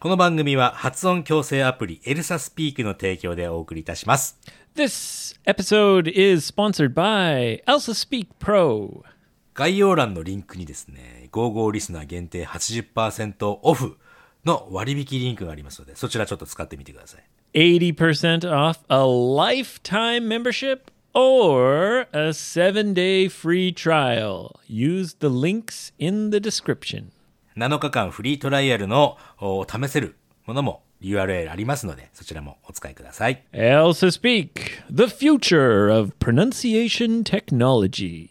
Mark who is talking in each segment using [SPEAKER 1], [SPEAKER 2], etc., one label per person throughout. [SPEAKER 1] この番組は発音矯正アプリエルサスピークの提供でお送りいたします。
[SPEAKER 2] This episode is sponsored by Elsa Speak Pro.
[SPEAKER 1] 概要欄のリンクにですね、55リスナー限定80%オフの割引リンクがありますので、そちらちょっと使ってみてください。
[SPEAKER 2] 80% off a lifetime membership or a seven day free trial. Use the links in the description.
[SPEAKER 1] 7日間フリートライアルのお試せるものも URL ありますので、そちらもお使いください。
[SPEAKER 2] Elsa Speak, the future of pronunciation technology.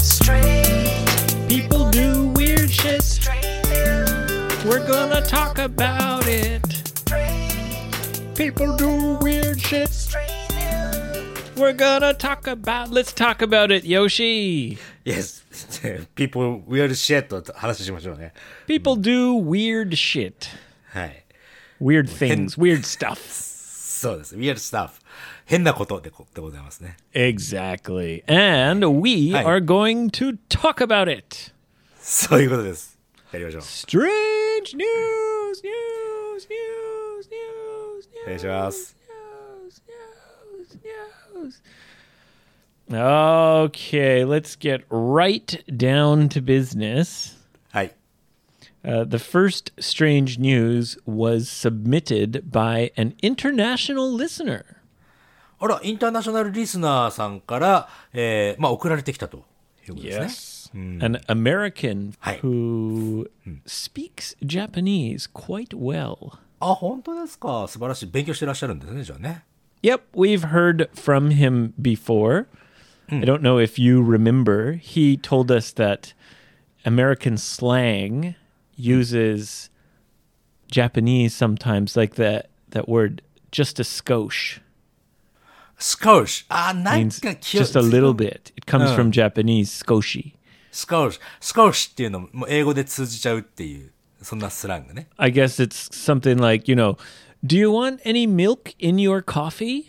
[SPEAKER 3] こ
[SPEAKER 2] People do weird shit. We're gonna talk about it. People do weird shit. We're gonna talk about. Let's talk about it, Yoshi.
[SPEAKER 1] Yes, people will shit と話しましょうね。
[SPEAKER 2] People do weird shit.
[SPEAKER 1] はい。
[SPEAKER 2] Weird things, weird stuff.
[SPEAKER 1] そうです。weird stuff. 変なことでこでございますね。
[SPEAKER 2] Exactly. And we
[SPEAKER 1] Hi.
[SPEAKER 2] are going to talk about it.
[SPEAKER 1] そういうことです。やりましょう。
[SPEAKER 2] Strange news, news, news, news,
[SPEAKER 1] お願いします。
[SPEAKER 2] news, news, news. Okay, let's get right down to business.
[SPEAKER 1] はい。
[SPEAKER 2] Uh, the first strange news was submitted by an international listener.
[SPEAKER 1] あら、インターナショナルリスナーさんから、えーまあ、送られてきたということですね。
[SPEAKER 2] An American
[SPEAKER 1] Hi.
[SPEAKER 2] who speaks Japanese quite well.
[SPEAKER 1] あ、本当ですか。素晴らしい。勉強してらっしゃるんですね、じゃあね。
[SPEAKER 2] Yep, we've heard from him before. I don't know if you remember. He told us that American slang uses Japanese sometimes, like that that word just a skosh
[SPEAKER 1] スカウシュ。あ、なん
[SPEAKER 2] means
[SPEAKER 1] か気を
[SPEAKER 2] just a little bit. It comes from Japanese skoshi.
[SPEAKER 1] スカウシュ。スカウシュっていうのも英語で通じちゃうっていう、そんなスラングね。
[SPEAKER 2] I guess it's something like you know, do you want any milk in your coffee?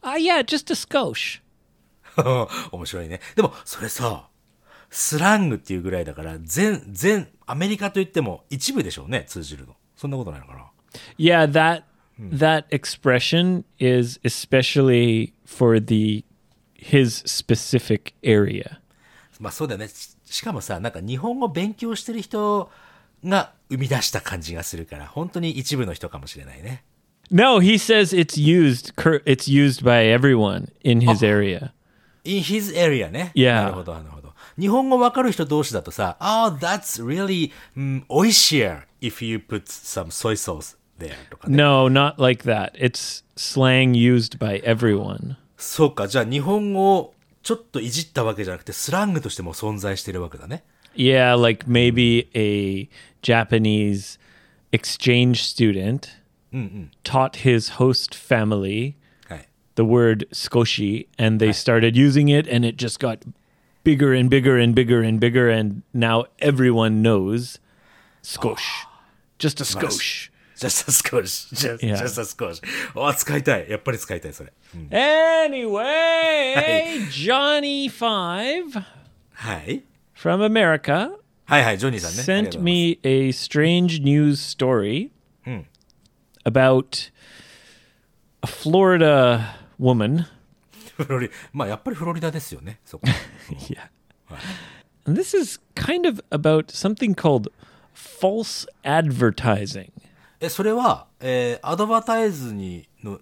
[SPEAKER 2] Ah, yeah, just a skosh.
[SPEAKER 1] 面白いね。でも、それさ、スラングっていうぐらいだから、全、全、アメリカといっても一部でしょうね、通じるの。そんなことないのかな。
[SPEAKER 2] Yeah, that that expression is especially for the his specific area.
[SPEAKER 1] まあそうだよね。ししかもさ、なんか日本語勉強してる人が生み出した感じがするから、本当に一部の人かもしれないね。
[SPEAKER 2] No, he says it's used cur- it's used by everyone in his area.
[SPEAKER 1] in his area ね。
[SPEAKER 2] Yeah.
[SPEAKER 1] なるほど、なるほど。日本語わかる人同士だとさ、あ、h that's really、mm, oishier if you put some soy sauce there とかね。
[SPEAKER 2] No, not like that. It's slang used by everyone.
[SPEAKER 1] そうか、じゃあ日本語をちょっといじったわけじゃなくて、スラングとしても存在してるわけだね。
[SPEAKER 2] Yeah, like maybe a Japanese exchange student taught his host family
[SPEAKER 1] はい。
[SPEAKER 2] the word skoshi and they started using it and it just got bigger and bigger and bigger and bigger and now everyone knows skosh just a skosh
[SPEAKER 1] just a skosh, just,
[SPEAKER 2] Yeah.
[SPEAKER 1] just a skosh. あ、使いたい。やっぱり使いたい、それ。
[SPEAKER 2] anyway johnny five
[SPEAKER 1] はい。
[SPEAKER 2] from america
[SPEAKER 1] はいはい、ジョニーさんね。ありが
[SPEAKER 2] sent
[SPEAKER 1] とうございます
[SPEAKER 2] me a strange news story about a florida woman
[SPEAKER 1] フロリまあやっぱりフロリダですよねそこ
[SPEAKER 2] Yeah. And this is kind of about something called false advertising.
[SPEAKER 1] えそれは、えーアドバタイズにの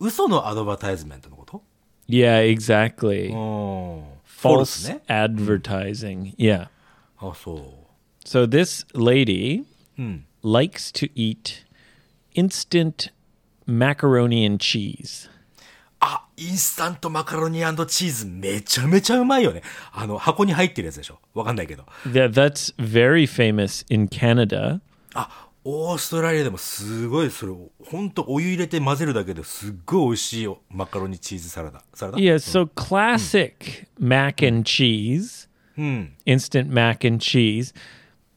[SPEAKER 1] 嘘のアドバタイズメントのこと
[SPEAKER 2] Yeah, exactly.
[SPEAKER 1] Oh. フォル
[SPEAKER 2] false
[SPEAKER 1] スね
[SPEAKER 2] advertising. Yeah.
[SPEAKER 1] あそう
[SPEAKER 2] So this lady likes to eat instant macaroni and cheese.
[SPEAKER 1] あインスタントマカロニチーズめちゃめちゃうまいよねあの箱に入ってるやつでしょわかんないけど
[SPEAKER 2] That that's very famous in Canada.
[SPEAKER 1] あオーストラリアでもすごいそれほんとお湯入れて混ぜるだけですっごい美味しいよマカロニチーズサラダサラダ
[SPEAKER 2] Yeah, so classic mac and cheese, instant mac and cheese.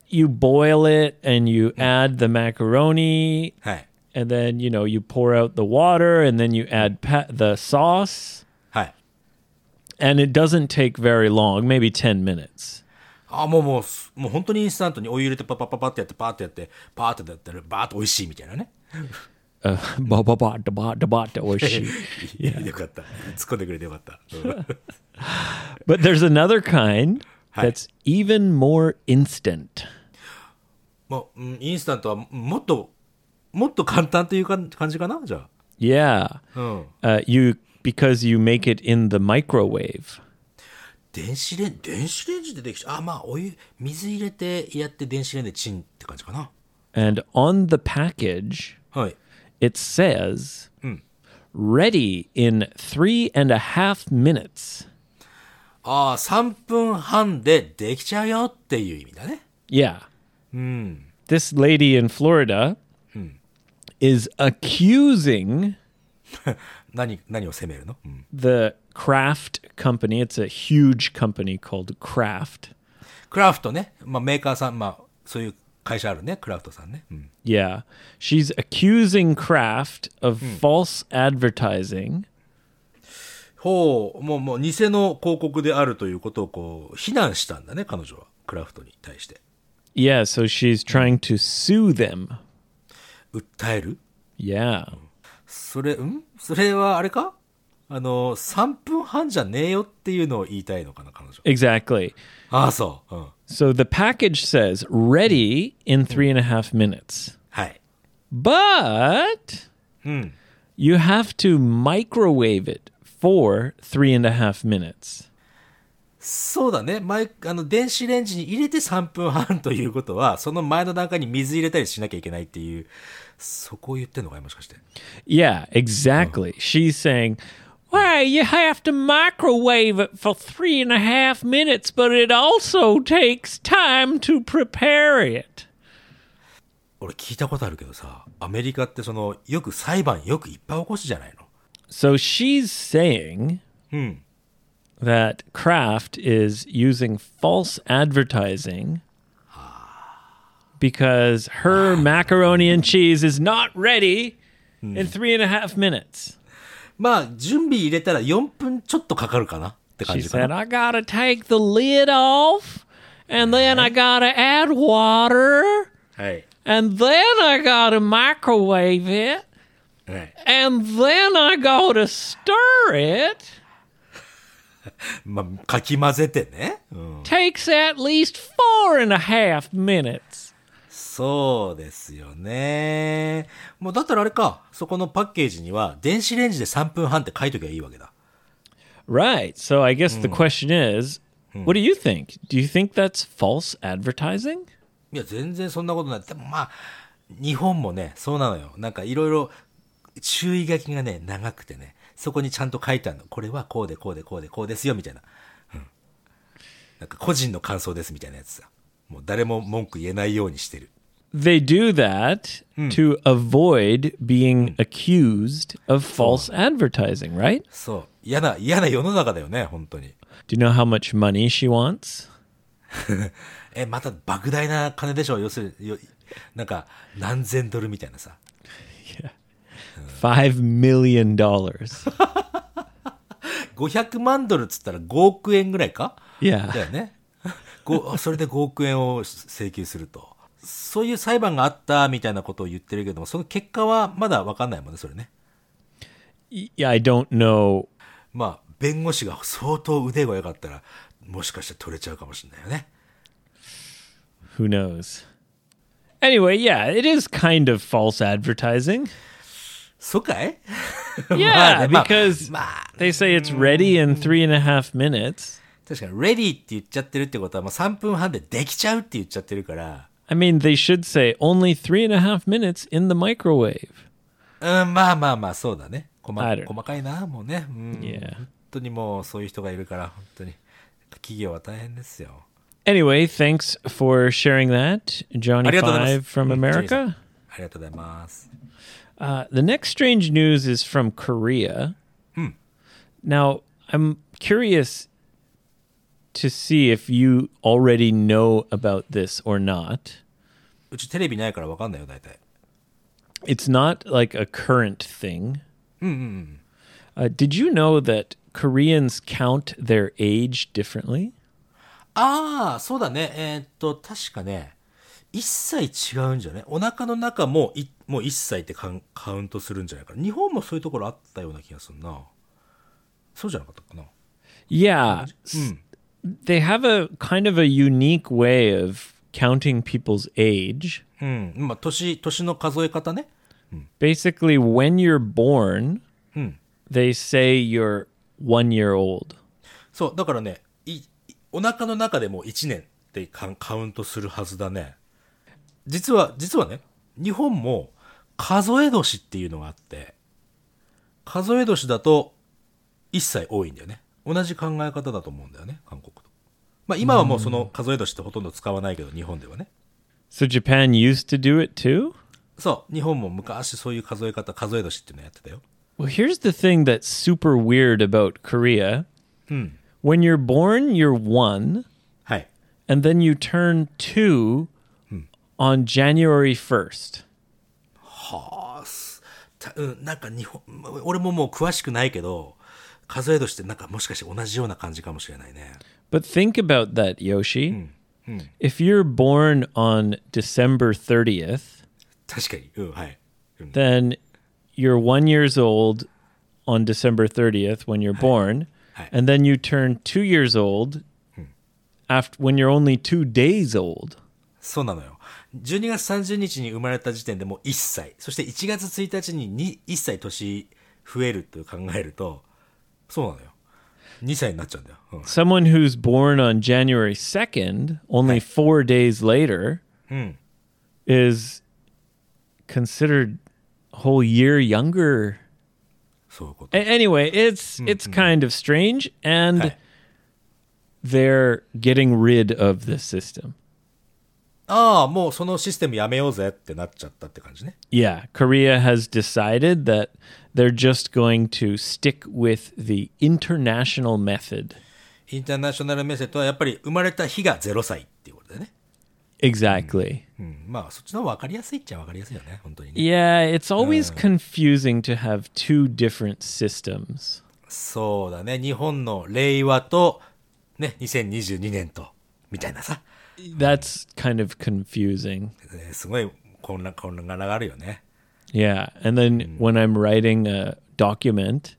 [SPEAKER 2] You boil it and you add the macaroni
[SPEAKER 1] はい
[SPEAKER 2] and then you know you pour out the water, and then you add pa- the sauce,
[SPEAKER 1] はい。
[SPEAKER 2] and it doesn't take very long, maybe ten minutes.
[SPEAKER 1] あ、もうもうす、もう本当にインスタントにお湯入れてパパパパってやって、パーってやって、パーってやったら、バーっと美味しいみたいなね。
[SPEAKER 2] Uh, ba ba ba da ba da ba da oishi.
[SPEAKER 1] いや よかった。突っ込んでくれてよか った。うん
[SPEAKER 2] But there's another kind
[SPEAKER 1] Hi.
[SPEAKER 2] that's even more instant.
[SPEAKER 1] もう、うんインスタントはもっと、もっと簡単というか感じかなじゃ
[SPEAKER 2] Yeah,
[SPEAKER 1] あ。うん。
[SPEAKER 2] uh, you because you make it in the microwave.
[SPEAKER 1] 電子レンジ、電子レンジでできちゃう。あ、まあ、お湯、水入れてやって電子レンジでチンって感じかな。
[SPEAKER 2] And on the package,
[SPEAKER 1] はい。
[SPEAKER 2] it says ready in three and a half minutes.
[SPEAKER 1] ああ、3分半でできちゃうよっていう意味だね。
[SPEAKER 2] Yeah. This lady in Florida is accusing
[SPEAKER 1] 何、何を責めるの、うん、
[SPEAKER 2] the Kraft company. It's a huge company called Kraft.
[SPEAKER 1] クラフトね。まあ、メーカーさん、まあ、そういう会社あるね。クラフトさんね。うん。
[SPEAKER 2] Yeah. She's accusing Kraft of false advertising.
[SPEAKER 1] ほう、もう、もう、偽の広告であるということを、こう、非難したんだね、彼女は。クラフトに対して。
[SPEAKER 2] Yeah, so she's trying to sue them.
[SPEAKER 1] 訴える
[SPEAKER 2] Yeah.
[SPEAKER 1] それ、んそれは、あれかあの、3分半じゃねえよっていうのを言いたいのかな、彼女。
[SPEAKER 2] Exactly.
[SPEAKER 1] ああ、そう。うん。
[SPEAKER 2] So the package says ready in three and a half minutes.
[SPEAKER 1] はい。
[SPEAKER 2] But you have to microwave it for three and a half minutes.
[SPEAKER 1] そうだね。前、あの、電子レンジに入れて3分半ということは、その前の段階に水入れたりしなきゃいけないっていう、そこを言ってんのかいもしかして。
[SPEAKER 2] Yeah, exactly. She's saying, well, you have to microwave it for three and a half minutes, but it also takes time to prepare it.
[SPEAKER 1] 俺聞いたことあるけどさ、アメリカってその、よく裁判よくいっぱい起こすじゃないの
[SPEAKER 2] So she's saying that Kraft is using false advertising because her macaroni and cheese is not ready in three and a half minutes.
[SPEAKER 1] まあ、準備入れたら4分ちょっとかかるかなって感
[SPEAKER 2] She
[SPEAKER 1] じか
[SPEAKER 2] said,
[SPEAKER 1] な。
[SPEAKER 2] I gotta take the lid off and then I gotta add water
[SPEAKER 1] はい。
[SPEAKER 2] and then I gotta microwave it
[SPEAKER 1] はい。
[SPEAKER 2] and then I gotta stir it.
[SPEAKER 1] まあ、かき混ぜてね。うん。
[SPEAKER 2] takes at least four and a half minutes.
[SPEAKER 1] そうですよね。もうだったらあれか、そこのパッケージには、電子レンジで3分半って書いときゃいいわけだ。
[SPEAKER 2] Right. So I guess the question is what do you think? Do you think that's false advertising?
[SPEAKER 1] いや、全然そんなことない。でもまあ、日本もね、そうなのよ。なんかいろいろ注意書きがね、長くてね、そこにちゃんと書いてあるの。これはこうでこうでこうでこうですよ、みたいな。うん。なんか個人の感想です、みたいなやつさ。もう誰も文句言えないようにしてる。
[SPEAKER 2] They do that to avoid being accused of false advertising, right?
[SPEAKER 1] そう。嫌な、嫌な世の中だよね、本当に。
[SPEAKER 2] Do you know how much money she wants?
[SPEAKER 1] え、また莫大な金でしょ要するに、よなんか何千ドルみたいなさ。
[SPEAKER 2] Five million dollars.
[SPEAKER 1] 500万ドルっつったら5億円ぐらいか
[SPEAKER 2] Yeah.
[SPEAKER 1] だよね。ごそれで5億円を請求すると。そういう裁判があったみたいなことを言ってるけども、その結果はまだ分かんないもんね、それね。
[SPEAKER 2] yeah, I don't know.
[SPEAKER 1] まあ、弁護士が相当腕が良かったら、もしかして取れちゃうかもしれないよね。
[SPEAKER 2] Who knows? Anyway, yeah, it is kind of false advertising.
[SPEAKER 1] そうかい
[SPEAKER 2] Yeah,
[SPEAKER 1] まあねまあ
[SPEAKER 2] because
[SPEAKER 1] まあ、
[SPEAKER 2] they say it's ready in three and a half minutes.
[SPEAKER 1] 確かに、レディって言っちゃってるってことは、まあ3分半でできちゃうって言っちゃってるから、
[SPEAKER 2] I mean, they should say only three and a half minutes in the microwave.
[SPEAKER 1] うん、まあまあまあ、そうだね。細
[SPEAKER 2] I don't know.
[SPEAKER 1] 細かいな、もうね。うん。
[SPEAKER 2] Yeah.
[SPEAKER 1] 本当にもうそういう人がいるから、本当に。企業は大変ですよ。
[SPEAKER 2] Anyway, thanks for sharing that, Johnny
[SPEAKER 1] ありがとうございます。
[SPEAKER 2] Five from
[SPEAKER 1] うん、
[SPEAKER 2] America.
[SPEAKER 1] ありがとうございます。
[SPEAKER 2] Uh, the next strange news is from Korea. Now, I'm curious to see if you already know about this or not.
[SPEAKER 1] うちテレビないから分かんないよ、大体。
[SPEAKER 2] it's not like a current thing. Uh, did you know that Koreans count their age differently?
[SPEAKER 1] ああ、そうだね。えーっと、確かね、一切違うんじゃねお腹の中もい、もう一切ってカウンカウントするんじゃないかな。日本もそういうところあったような気がするな。そうじゃなかったかな。
[SPEAKER 2] Yeah. s- They have a kind of a unique way of counting people's age.
[SPEAKER 1] うん。まあ、年、年の数え方ね。
[SPEAKER 2] Basically, when you're born, they say you're one year old.
[SPEAKER 1] そう、だからね、いいお腹の中でも1年ってカウンカウントするはずだね。実は、実はね、日本も数え年っていうのがあって、数え年だと1歳多いんだよね。同じ考え方だと思うんだよね、韓国と。まあ今はもうその数え年ってほとんど使わないけど、日本ではね。
[SPEAKER 2] So Japan used to do it too?
[SPEAKER 1] そう、日本も昔そういう数え方、数え年っていうのやってたよ。
[SPEAKER 2] Well, here's the thing that's super weird about Korea. When you're born, you're one,
[SPEAKER 1] はい。
[SPEAKER 2] and then you turn two on January 1st.
[SPEAKER 1] たうん、なんか日本、俺ももう詳しくないけど、数え年ってなんかもしかして同じような感じかもしれないね。
[SPEAKER 2] But think about that, Yoshi. If you're born on December 30th,
[SPEAKER 1] 確かに。うん、はい。うん、
[SPEAKER 2] then you're one years old on December 30th when you're born,
[SPEAKER 1] Hi.
[SPEAKER 2] and then you turn two years old after when you're only two days old.
[SPEAKER 1] そうなのよ。12月30日に生まれた時点でもう1歳。そして1月1日にに1歳年増えると考えると、そうなのよ。2歳になっちゃうんだよ。うん、
[SPEAKER 2] Someone who's born on January 2nd, only four days later, is considered a whole year younger.
[SPEAKER 1] そういうこと。
[SPEAKER 2] A- anyway, it's it's kind of strange, and
[SPEAKER 1] Hi.
[SPEAKER 2] they're getting rid of this system.
[SPEAKER 1] ああ、もうそのシステムやめようぜってなっちゃったって感じね。
[SPEAKER 2] Yeah, Korea has decided that they're just going to stick with the international method.
[SPEAKER 1] インターナショナルメッセとはやっぱり生まれた日が0歳っていうことでね。
[SPEAKER 2] Exactly.
[SPEAKER 1] うん、まあそっちの方が分かりやすいっちゃ分かりやすいよね、本当にね。
[SPEAKER 2] Yeah, it's always confusing to have two different systems.
[SPEAKER 1] そうだね、日本の令和と、ね、2022年と、みたいなさ。
[SPEAKER 2] That's kind of confusing.
[SPEAKER 1] えーすごい混乱、混乱があるよね。
[SPEAKER 2] Yeah. And then when I'm writing a document,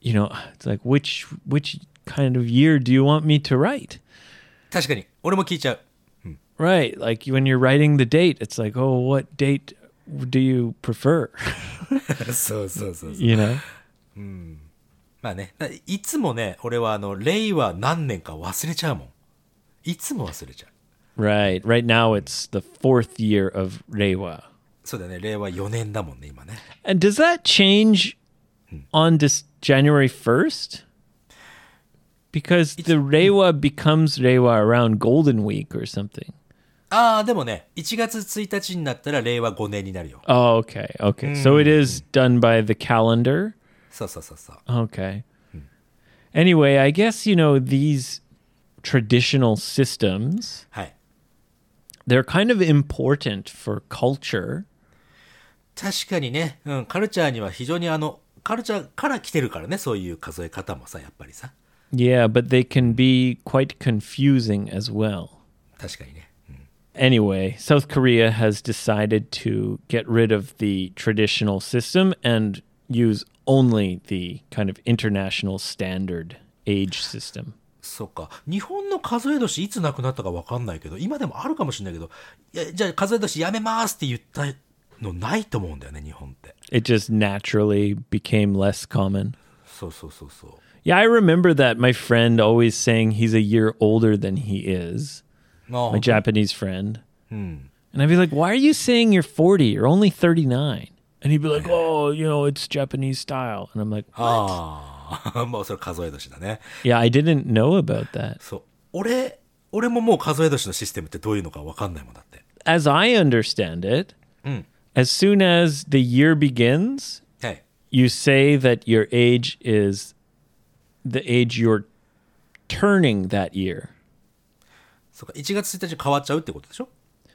[SPEAKER 2] you know, it's like which which kind of year do you want me to write?
[SPEAKER 1] 確かに、俺も聞いちゃう。
[SPEAKER 2] Right. Like when you're writing the date, it's like, "Oh, what date do you prefer?"
[SPEAKER 1] そうそうそうそう。
[SPEAKER 2] you know?
[SPEAKER 1] まあね、だいつもね、俺はあの、令和何年か忘れちゃうもん。いつも忘れちゃう。
[SPEAKER 2] Right. Right now it's the 4th year of Reiwa.
[SPEAKER 1] そうだよね、令和4年だもんね、今ね。
[SPEAKER 2] And does that change on this January 1st? Because the Reiwa becomes Reiwa around Golden Week or something.
[SPEAKER 1] ああ、でもね、1月1日になったら令和5年になるよ。
[SPEAKER 2] Oh, okay. Okay. So it is done by the calendar.
[SPEAKER 1] そうそうそうそう。
[SPEAKER 2] Okay. Anyway, I guess, you know, these traditional systems,
[SPEAKER 1] はい。
[SPEAKER 2] they're kind of important for culture.
[SPEAKER 1] 確かにね、うん、カルチャーには非常にあの、カルチャーから来てるからね、そういう数え方もさ、やっぱりさ。
[SPEAKER 2] Yeah, but they can be quite confusing as well.
[SPEAKER 1] 確かにね。
[SPEAKER 2] Anyway, South Korea has decided to get rid of the traditional system and use only the kind of international standard age system.
[SPEAKER 1] そっか。日本の数え年いつなくなったかわかんないけど、今でもあるかもしれないけど、いやじゃあ数え年やめますって言ったのないと思うんだよね、日本って。
[SPEAKER 2] It just naturally became less common.
[SPEAKER 1] そうそうそうそう。
[SPEAKER 2] Yeah, I remember that my friend always saying he's a year older than he is,
[SPEAKER 1] まあ
[SPEAKER 2] my Japanese friend. And I'd be like, why are you saying you're 40? You're only 39. And he'd be like, oh, you know, it's Japanese style. And I'm like,
[SPEAKER 1] あ あ、もうそれ数え年だね。
[SPEAKER 2] yeah, I didn't know about that.
[SPEAKER 1] そう。俺、俺ももう数え年のシステムってどういうのかわかんないもんだって。
[SPEAKER 2] As I understand it, as soon as the year begins,
[SPEAKER 1] はい。
[SPEAKER 2] you say that your age is the age you're turning that year.
[SPEAKER 1] そっか、1月1日変わっちゃうってことでしょ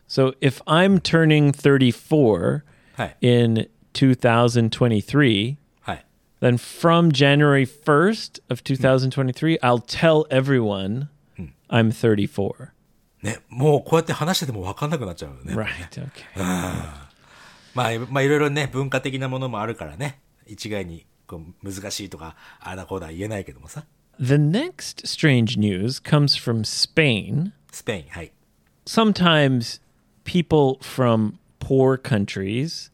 [SPEAKER 2] So if I'm turning 34,
[SPEAKER 1] はい。
[SPEAKER 2] in 2023,
[SPEAKER 1] はい。
[SPEAKER 2] then from January 1st of 2023, I'll tell everyone I'm 34.
[SPEAKER 1] ね、もうこうやって話してても分かんなくなっちゃうよね。
[SPEAKER 2] Right. Okay.
[SPEAKER 1] まあ、まあ、いろいろね、文化的なものもあるからね、一概にこう難しいとか、ああだこうだ言えないけどもさ、
[SPEAKER 2] The next strange news comes from Spain.
[SPEAKER 1] スペイン、はい。
[SPEAKER 2] Sometimes people from poor countries,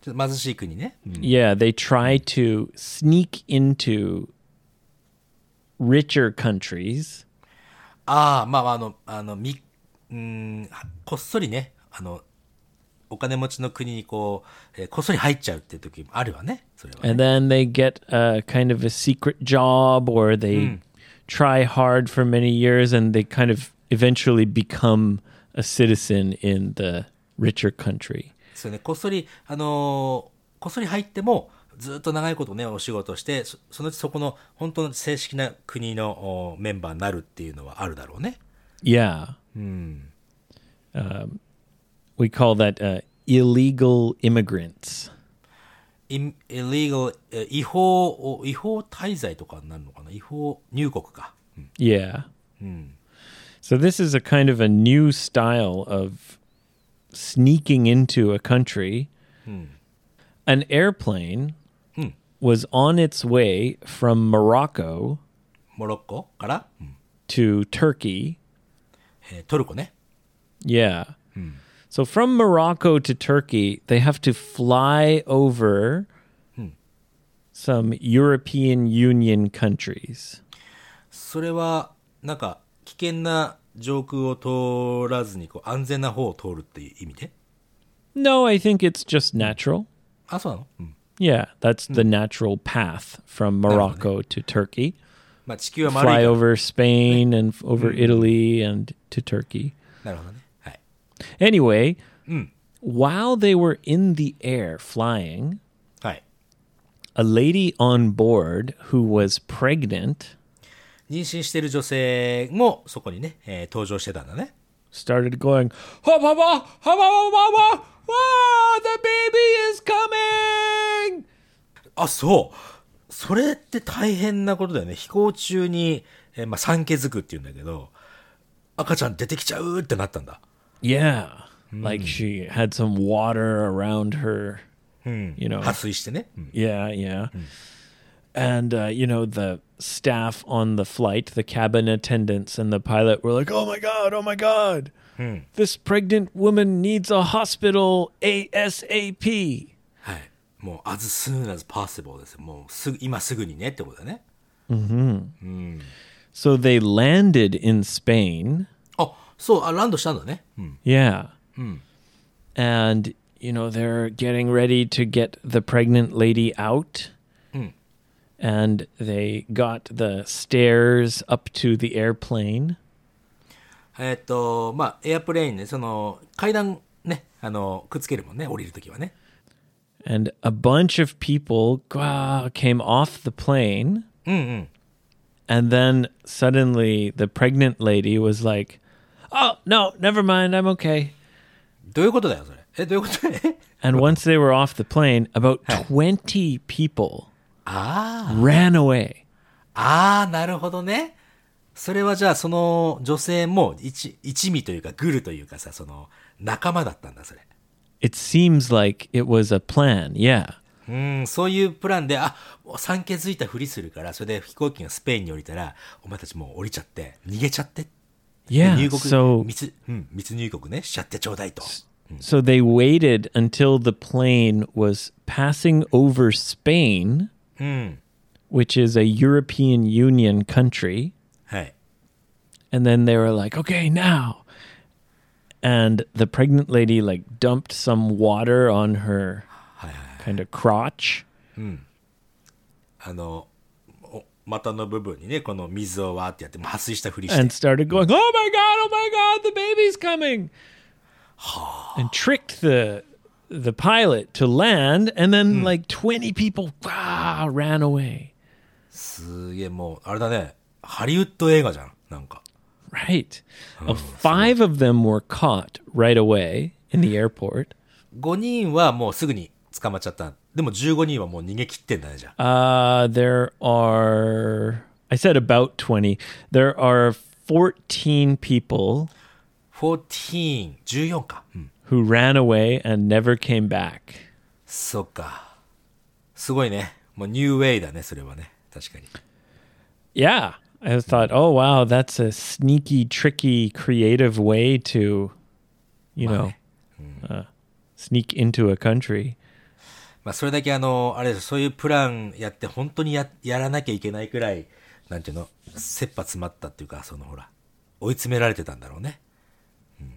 [SPEAKER 1] ちょっと貧しい国ね。うん、
[SPEAKER 2] yeah, they try to sneak into richer countries.
[SPEAKER 1] ああ、まあ、あの、あの、み、うーん、こっそりね、あの、お金持ちの国にこう、えーこっそり入っちゃうっていう時もあるわね、それはね、
[SPEAKER 2] and then they get a kind of a secret job or they try hard for many years and they kind of eventually become a citizen in the richer country.
[SPEAKER 1] そうね、こっそり、あのーこっそり入っても、ずっと長いことね、お仕事して、そそのうちそこの、本当の正式な国のおメンバーになるっていうのはあるだろうね。
[SPEAKER 2] Yeah. Um, we call that uh, illegal immigrants.
[SPEAKER 1] in- illegal え違法を違法滞在とかになるのかな違法入国か
[SPEAKER 2] Yeah. So this is a kind of a new style of sneaking into a country. An airplane was on its way from Morocco
[SPEAKER 1] モロッコから、うん
[SPEAKER 2] to Turkey.
[SPEAKER 1] えートルコね
[SPEAKER 2] Yeah. So from Morocco to Turkey, they have to fly over some European Union countries.
[SPEAKER 1] それはなんか危険な上空を通らずにこう安全な方を通るっていう意味で
[SPEAKER 2] No, I think it's just natural.
[SPEAKER 1] あそうなの、うん、
[SPEAKER 2] Yeah, that's the natural path from Morocco to Turkey.
[SPEAKER 1] まあ地球は丸いか
[SPEAKER 2] Fly
[SPEAKER 1] ら
[SPEAKER 2] over Spain and f- over Italy and to Turkey.
[SPEAKER 1] なるほどねはい
[SPEAKER 2] Anyway, while they were in the air flying,
[SPEAKER 1] はい
[SPEAKER 2] a lady on board who was pregnant
[SPEAKER 1] 妊娠してる女性もそこにね、えー登場してたんだね
[SPEAKER 2] started going, hop, hop, hop, hop, hop, hop, hop, hop, ah, the baby is coming.
[SPEAKER 1] あそうそれって大変なことだよね飛行中に、えーまあ、産気づくっていうんだけど赤ちゃん出てきちゃうってなったんだ
[SPEAKER 2] Yeah. Like she had some water around her, you know.
[SPEAKER 1] 破水してね、うん
[SPEAKER 2] Yeah, yeah. And, uh, you know, the staff on the flight, the cabin attendants and the pilot were like, oh my God, oh my God. This pregnant woman needs a hospital ASAP.
[SPEAKER 1] はいもう as soon as possible ですよもうすぐ今すぐにねってことだね
[SPEAKER 2] So they landed in Spain.
[SPEAKER 1] あそうあランドしたんだね、うん、
[SPEAKER 2] Yeah. And, you know, they're getting ready to get the pregnant lady out. And they got the stairs up to the airplane.
[SPEAKER 1] えーっとまあエアプレインねその階段ねあのくっつけるもんね降りるときはね
[SPEAKER 2] And a bunch of people gah, came off the plane. And then suddenly the pregnant lady was like, oh, no, never mind. I'm okay.
[SPEAKER 1] どういうことだよそれえどういうことえ
[SPEAKER 2] And once they were off the plane, about 20 people
[SPEAKER 1] あ
[SPEAKER 2] ran away.
[SPEAKER 1] あああなるほどねそれはじゃあその女性も一一味というかグルというかさその仲間だったんだそれ
[SPEAKER 2] It seems like it was a plan. Yeah.
[SPEAKER 1] うん、そういうプランで、あ、産気づいたふりするから、それで飛行機がスペインに降りたら、お前たちもう降りちゃって、逃げちゃって。
[SPEAKER 2] Yeah.
[SPEAKER 1] 入国、
[SPEAKER 2] So
[SPEAKER 1] 密、うん、密入国ね、しちゃってちょうだいと。
[SPEAKER 2] so they waited until the plane was passing over Spain, which is a European Union country,
[SPEAKER 1] はい。
[SPEAKER 2] and then they were like, "Okay, now." And the pregnant lady like dumped some water on her kind of crotch.
[SPEAKER 1] あの、お股の部分にね、この水をわーってやって、破水したふりして。
[SPEAKER 2] and started going, "Oh my god! Oh my god! The baby's coming!" and tricked the the pilot to land, and then like twenty people ah, ran away.
[SPEAKER 1] すげえ、もう、あれだね、ハリウッド映画じゃん、なんか。
[SPEAKER 2] Right, Uh, five of them were caught right away in the airport.
[SPEAKER 1] 5人はもうすぐに捕まっちゃった。でも15人はもう逃げ切ってんだね、じゃあ。
[SPEAKER 2] Uh, there are, I said about 20. There are 14 people
[SPEAKER 1] 14、14か。うん。
[SPEAKER 2] who ran away and never came back.
[SPEAKER 1] そっか。すごいね。もうニューウェイだね、それはね。確かに。
[SPEAKER 2] Yeah. I thought, oh, wow, that's a sneaky, tricky, creative way to, you know, uh, sneak into a country.
[SPEAKER 1] まあ、それだけあの、あれですそういうプランやって、本当にや、やらなきゃいけないくらい、なんていうの、切羽詰まったっていうか、そのほら、追い詰められてたんだろうね。うん、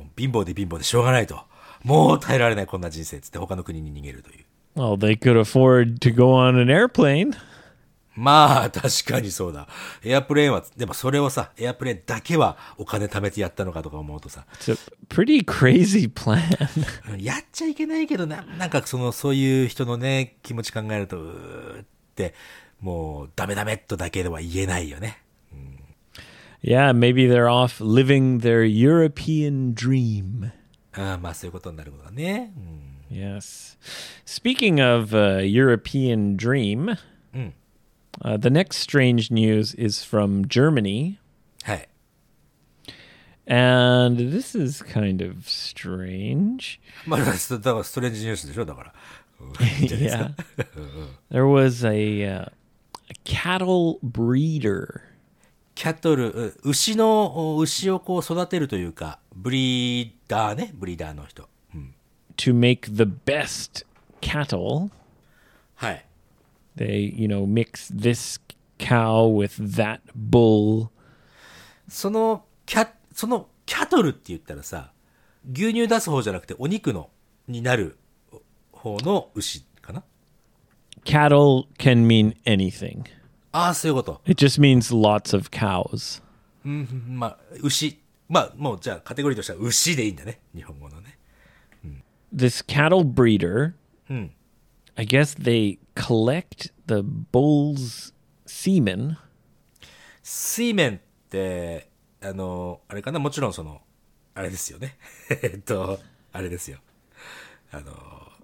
[SPEAKER 1] もう貧乏で貧乏でしょうがないと。もう耐えられないこんな人生っつって他の国に逃げるという。
[SPEAKER 2] Well, they could afford to go on an airplane.
[SPEAKER 1] まあ、確かにそうだ。エアプレーンは、でもそれをさ、エアプレーンだけはお金貯めてやったのかとか思うとさ、
[SPEAKER 2] It's a pretty crazy plan.
[SPEAKER 1] うんやっちゃいけないけどな、なんかその、そういう人のね、気持ち考えると、うーって、もう、ダメダメっとだけでは言えないよね。
[SPEAKER 2] yeah, maybe they're off living their European dream.
[SPEAKER 1] あーまあ、そういうことになることだね。うん、
[SPEAKER 2] Yes. Speaking of uh, European dream, uh, the next strange news is from Germany.
[SPEAKER 1] はい。
[SPEAKER 2] And this is kind of strange.
[SPEAKER 1] まあ、だからスだからストレンジニュースでしょ、だから。
[SPEAKER 2] yeah. there was a, uh, a cattle breeder.
[SPEAKER 1] キャトル、う牛の、お牛をこう育てるというか、ブリーダーね、ブリーダーの人。
[SPEAKER 2] to make the best cattle,
[SPEAKER 1] はい。
[SPEAKER 2] they, you know, mix this cow with that bull.
[SPEAKER 1] その、キャ、その、キャトルって言ったらさ、牛乳出す方じゃなくて、お肉の、になる方の牛かな
[SPEAKER 2] Cattle can mean anything.
[SPEAKER 1] ああ、そういうこと。
[SPEAKER 2] It just means lots of cows.
[SPEAKER 1] まあ、牛。まあ、もうじゃあ、カテゴリーとしては牛でいいんだね。日本語のね。
[SPEAKER 2] This cattle breeder, I guess they collect the bull's semen.
[SPEAKER 1] 水面って、あの、あれかなもちろんその、あれですよね。 えっと、あれですよ。あの、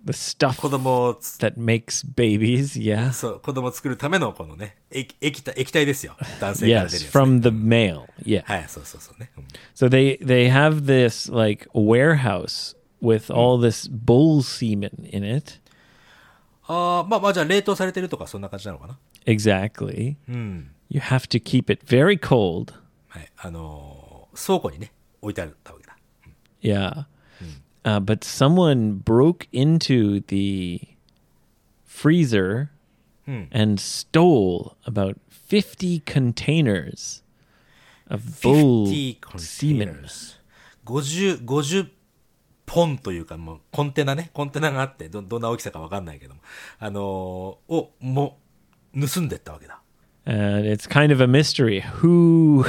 [SPEAKER 2] The stuff
[SPEAKER 1] 子供をつ、
[SPEAKER 2] that makes babies, yeah.
[SPEAKER 1] そう、子供を作るためのこのね、液液体、液体ですよ。男性から出
[SPEAKER 2] Yes,
[SPEAKER 1] るやつね、
[SPEAKER 2] from the male. Yeah.
[SPEAKER 1] はい、そうそうそうね。うん
[SPEAKER 2] So they they have this like warehouse with all this bull semen in it.
[SPEAKER 1] ああ、まあまあじゃあ冷凍されてるとかそんな感じなのかな
[SPEAKER 2] Exactly. You have to keep it very cold.
[SPEAKER 1] はい。あのー倉庫にね、置いてあったわけだ。
[SPEAKER 2] Yeah. Uh, but someone broke into the freezer and stole about 50 containers of bull
[SPEAKER 1] 50
[SPEAKER 2] semen.
[SPEAKER 1] containers 50、50ポンというか、もうコンテナね、コンテナがあって、ど、どんな大きさかわかんないけども、あのーを、もう、盗んでったわけだ。
[SPEAKER 2] And it's kind of a mystery who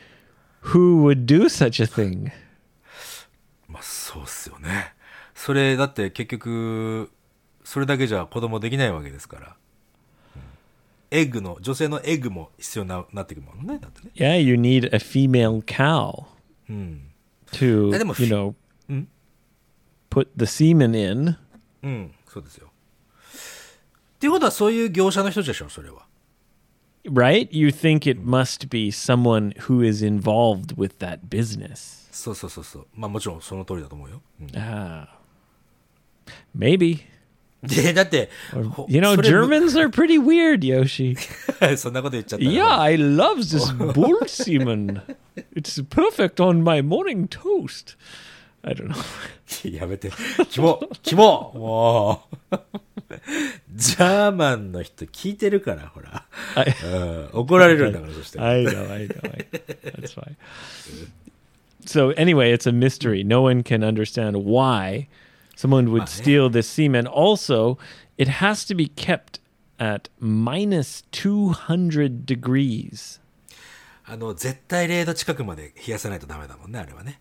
[SPEAKER 2] who would do such a thing.
[SPEAKER 1] まあ、そうっすよね。それ、だって結局、それだけじゃ子供できないわけですから。うんエッグの、女性のエッグも必要にななってくるもんね、だってね。
[SPEAKER 2] Yeah, you need a female cow to,
[SPEAKER 1] Eh, でも
[SPEAKER 2] you
[SPEAKER 1] フィ-
[SPEAKER 2] know, put the semen in.
[SPEAKER 1] うん、そうですよ。っていうことは、そういう業者の人でしょ、それは。
[SPEAKER 2] Right? You think it must be someone who is involved with that business.
[SPEAKER 1] そうそうそうそう。まあ、もちろんその通りだと思うよ。うん
[SPEAKER 2] Ah. Maybe.
[SPEAKER 1] で、だって、ほ
[SPEAKER 2] You know,
[SPEAKER 1] それ
[SPEAKER 2] Germans are pretty weird, Yoshi.
[SPEAKER 1] そんなこと言っちゃったら。
[SPEAKER 2] yeah, I love this bull semen. It's perfect on my morning toast. I don't know.
[SPEAKER 1] やめて。キモキモ もう。ジャーマンの人聞いてるから、ほら。
[SPEAKER 2] I,
[SPEAKER 1] うん、怒られるんだから、そして。
[SPEAKER 2] I know, I know. I That's fine. So anyway, it's a mystery. No one can understand why someone would steal this semen. Also, it has to be kept at minus 200 degrees.
[SPEAKER 1] あの、絶対0度近くまで冷やさないとダメだもんね、あれはね。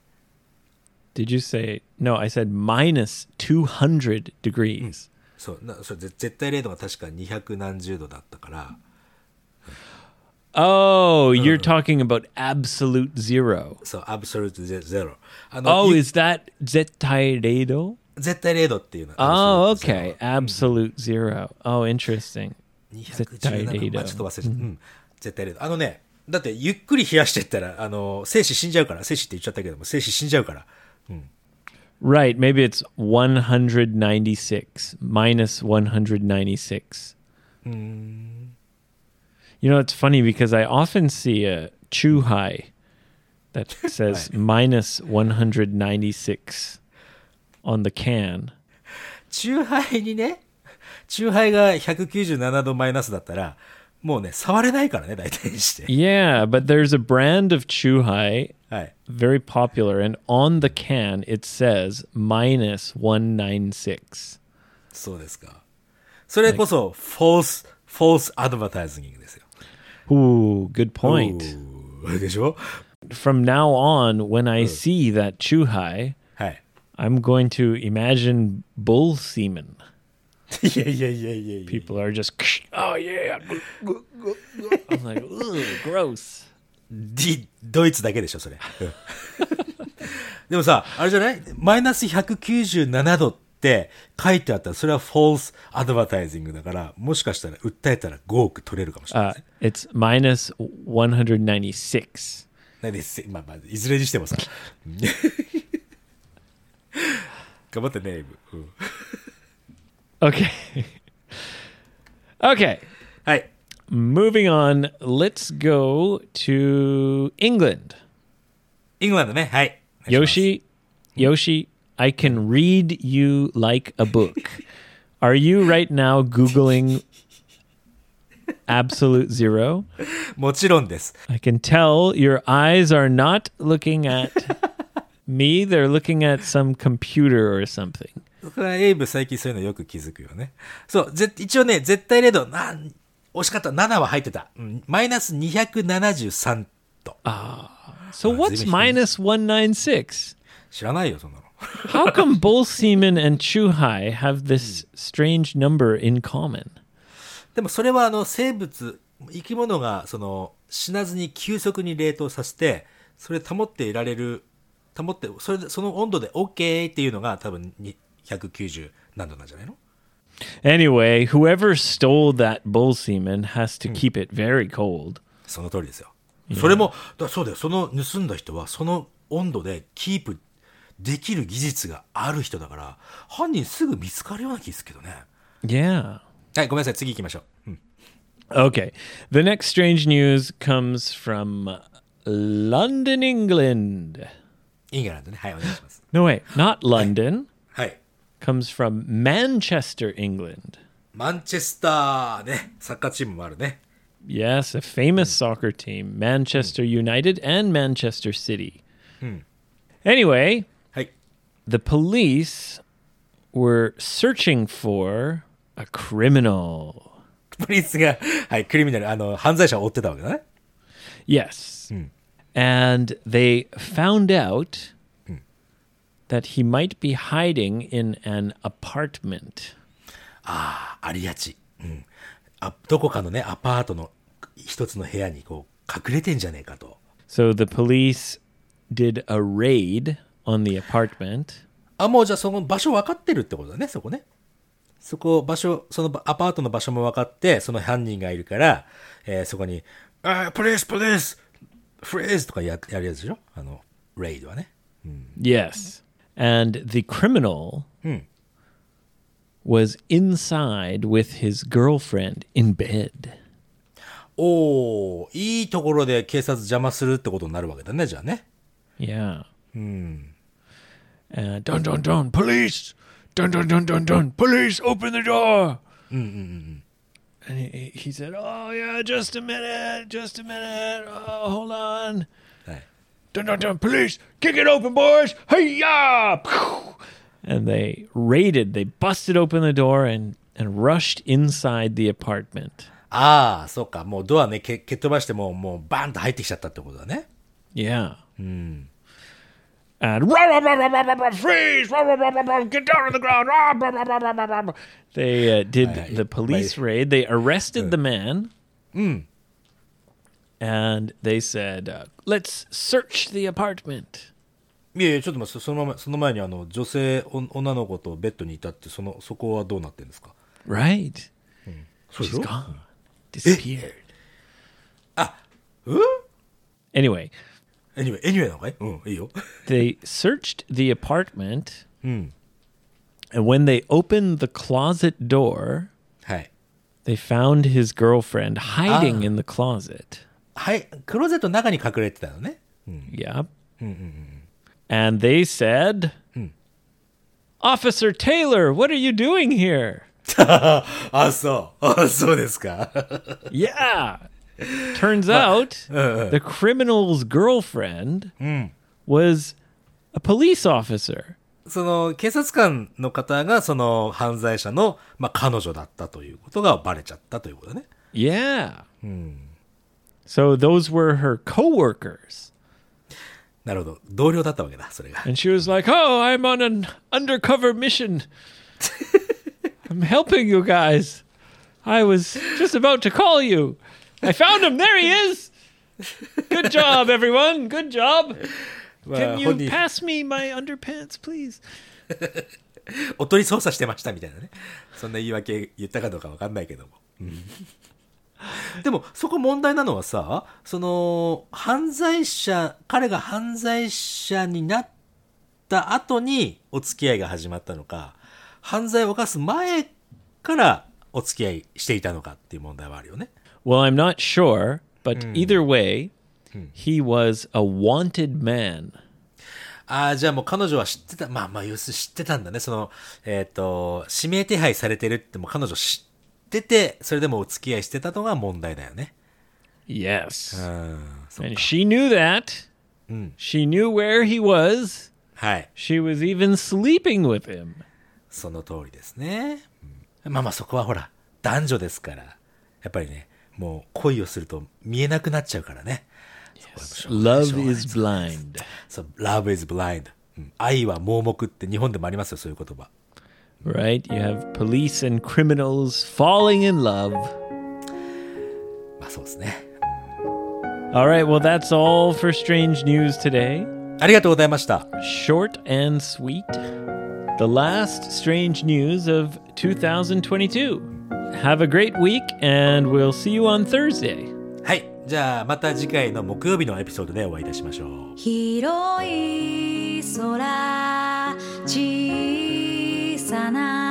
[SPEAKER 2] Did you say? No, I said minus 200 degrees.
[SPEAKER 1] そう、なそれぜ絶対0度が確か200何十度だったから。
[SPEAKER 2] Oh, you're talking about absolute zero.
[SPEAKER 1] そう、アブソルトゼゼロ。あの、
[SPEAKER 2] Oh,
[SPEAKER 1] ゆ
[SPEAKER 2] is that zettairedo?
[SPEAKER 1] 絶対0度っていうの
[SPEAKER 2] E Oh,
[SPEAKER 1] その
[SPEAKER 2] okay. Absolute zero. Oh, interesting. 絶対
[SPEAKER 1] 217
[SPEAKER 2] 0
[SPEAKER 1] まあちょっと忘れて、うん、絶対0度。あのね、だってゆっくり冷やしてったら、あの、精子死んじゃうから、精子って言っちゃったけども、精子死んじゃうから、
[SPEAKER 2] Right. Maybe it's 196 minus 196. You know, it's funny because I often see a Chu Hai that says minus 196 on the can.
[SPEAKER 1] 中杯にね、中杯が197度マイナスだったら、もうね、触れないからね、大体にして。
[SPEAKER 2] Yeah, but there's a brand of Chu Hai,
[SPEAKER 1] はい。
[SPEAKER 2] very popular, and on the can it says minus 196.
[SPEAKER 1] そうですか。それこそ、フォース、フォースアドバタイズニングですよ。
[SPEAKER 2] Ooh, good point.
[SPEAKER 1] おーでしょ
[SPEAKER 2] From now on, when I see that Chu Hai,
[SPEAKER 1] はい。
[SPEAKER 2] I'm going to imagine bull semen.
[SPEAKER 1] いやいやいやいやいや。
[SPEAKER 2] People are just, oh yeah. I'm like, ooh, gross.
[SPEAKER 1] ディドイツだけでしょ、それ。うん でもさ、あれじゃないマイナス197度って書いてあったら、それはフォースアドバタイジングだから、もしかしたら訴えたら5億取れるかもしれない
[SPEAKER 2] Uh,
[SPEAKER 1] ですね。
[SPEAKER 2] it's minus 196.
[SPEAKER 1] ないです。まあまあ、いずれにしてもさ。うん 頑張ってね、エイブ。うん、
[SPEAKER 2] Okay. okay.
[SPEAKER 1] はい。
[SPEAKER 2] Moving on, let's go to England.
[SPEAKER 1] イングランドね、はい。
[SPEAKER 2] Yoshi, Yoshi, I can read you like a book. Are you right now Googling absolute zero?
[SPEAKER 1] もちろんです。
[SPEAKER 2] I can tell your eyes are not looking at me, they're looking at some computer or something.
[SPEAKER 1] これはエイブ最近そういうのよく気づくよね。そう、ぜ一応ね、絶対0度、な、惜しかった、7は入ってた。うんマイナス273度。
[SPEAKER 2] So what's
[SPEAKER 1] Zero.
[SPEAKER 2] minus 196?
[SPEAKER 1] 知らないよ、そんなの。
[SPEAKER 2] How come Bull Semen and Chuhai have this strange number in common?
[SPEAKER 1] でもそれはあの、生物、生き物が、その、死なずに急速に冷凍させて、それ保っていられる、保って、それで、その温度で OK っていうのが多分に190何度なんじゃないの
[SPEAKER 2] Anyway, whoever stole that bull semen has to keep it very cold.
[SPEAKER 1] その通りですよ。それも、だそうだよ、その盗んだ人は、その温度でキープできる技術がある人だから、犯人すぐ見つかるような気ですけどね。
[SPEAKER 2] Yeah.
[SPEAKER 1] はい、ごめんなさい、次行きましょう。うん、
[SPEAKER 2] Okay. The next strange news comes from London, England.
[SPEAKER 1] イングランドね、はい、お願いします。
[SPEAKER 2] No, wait, not London.
[SPEAKER 1] はい。
[SPEAKER 2] Comes from Manchester, England.
[SPEAKER 1] マンチェスターね、サッカーチームもあるね。
[SPEAKER 2] Yes, a famous soccer team, Manchester United and Manchester City. Anyway,
[SPEAKER 1] はい。
[SPEAKER 2] the police were searching for a criminal.
[SPEAKER 1] プリンスが、はい、クリミナル、あの、犯罪者を追ってたわけだね。
[SPEAKER 2] Yes. And they found out that he might be hiding in an apartment.
[SPEAKER 1] あありがち。うん。あどこかのね、アパートの一つの部屋にこう、隠れてんじゃねえかと。
[SPEAKER 2] So the police did a raid on the apartment.
[SPEAKER 1] あ、もうじゃあその場所分かってるってことだね、そこね。そこ、場所、そのばアパートの場所も分かって、その犯人がいるから、えーそこに、あー、プレイス、プレイス、フレーズとかややるやつでしょあの、レイドはね。
[SPEAKER 2] Yes. And the criminal was inside with his girlfriend in bed.
[SPEAKER 1] おー、いいところで警察邪魔するってことになるわけだね、じゃあね。
[SPEAKER 2] Yeah. Hmm. Uh, dun dun dun! Police! Dun dun dun dun dun! Police! Open the door! Mm-mm. And he, he said, "Oh yeah, just a minute, just a minute. Oh, hold on."
[SPEAKER 1] はい。
[SPEAKER 2] Dun dun dun! Police! Kick it open, boys! Hey ya! And they raided. They busted open the door and and rushed inside the apartment.
[SPEAKER 1] ああ、そっか、もうドアね、け蹴っ飛ばしてもう、もうバーンと入ってきちゃったってことだね。
[SPEAKER 2] Yeah. Hmm. And rah, rah, rah, rah, rah, rah, rah, freeze! Rah, rah, rah, rah, rah, get down on the ground! Rah, rah, rah, rah, rah, rah, rah. They uh, did the Hmm. police raid. They arrested the man. And they said, uh, let's search the apartment.
[SPEAKER 1] いやいや、ちょっと待って、そのまま、その前にあの、女性、お女の子とベッドにいたって、その、そこはどうなってるんですか
[SPEAKER 2] Right. Eh.
[SPEAKER 1] そう
[SPEAKER 2] She's gone. Disappeared. Ah.
[SPEAKER 1] うん
[SPEAKER 2] Anyway,
[SPEAKER 1] ?anyway, anyway なのかいうん、いいよ。
[SPEAKER 2] they searched the apartment,
[SPEAKER 1] うん。
[SPEAKER 2] and when they opened the closet door,
[SPEAKER 1] はい。
[SPEAKER 2] they found his girlfriend hiding in the closet.
[SPEAKER 1] はい、クローゼットの中に隠れてたのね。
[SPEAKER 2] Yeah. And they said, Officer Taylor, what are you doing here?
[SPEAKER 1] あ、そう。あ、そうですか。
[SPEAKER 2] Yeah. Turns out the criminal's girlfriend was a police officer.
[SPEAKER 1] その、警察官の方が、その、犯罪者の、まあ、彼女だったということがバレちゃったということね。
[SPEAKER 2] Yeah. So those were her coworkers.
[SPEAKER 1] なるほど。同僚だったわけだ、それが。
[SPEAKER 2] And she was like, "Oh, I'm on an undercover mission. I'm helping you guys. I was just about to call you. I found him. There he is. Good job, everyone. Good job.
[SPEAKER 1] まあ
[SPEAKER 2] Can
[SPEAKER 1] 本
[SPEAKER 2] you
[SPEAKER 1] 人、
[SPEAKER 2] pass me my underpants, please?"
[SPEAKER 1] おとり捜査してましたみたいなね。そんな言い訳言ったかどうかわかんないけども。でも、そこ問題なのはさ、その、犯罪者、彼が犯罪者になった後にお付き合いが始まったのか、犯罪を犯す前からお付き合いしていたのかっていう問題はあるよね。
[SPEAKER 2] Well, I'm not sure, but either way, he was a wanted man.
[SPEAKER 1] ああ、じゃあもう彼女は知ってた。まあまあ、要するに知ってたんだね。その、えっ、と、指名手配されてるってもう彼女知ってて、それでもお付き合いしてたのが問題だよね。
[SPEAKER 2] Yes.
[SPEAKER 1] うん、そう
[SPEAKER 2] Uh, and she knew that. She knew where he was.
[SPEAKER 1] はい。
[SPEAKER 2] She was even sleeping with him.
[SPEAKER 1] その通りですね。うんまあまあそこはほら、男女ですから、やっぱりね、もう恋をすると見えなくなっちゃうからね。
[SPEAKER 2] Love is blind.
[SPEAKER 1] そう、love is blind、うん愛は盲目って日本でもありますよ、そういう言葉。
[SPEAKER 2] Right? You have police and criminals falling in love.
[SPEAKER 1] まあそうですね。
[SPEAKER 2] All right, well, that's all for strange news today.
[SPEAKER 1] ありがとうございました。
[SPEAKER 2] Short and sweet. The last strange news of 2022. Have a great week, and we'll see you on Thursday.
[SPEAKER 1] はい。じゃあまた次回の木曜日のエピソードでお会いいたしましょう。
[SPEAKER 4] 広い空小さな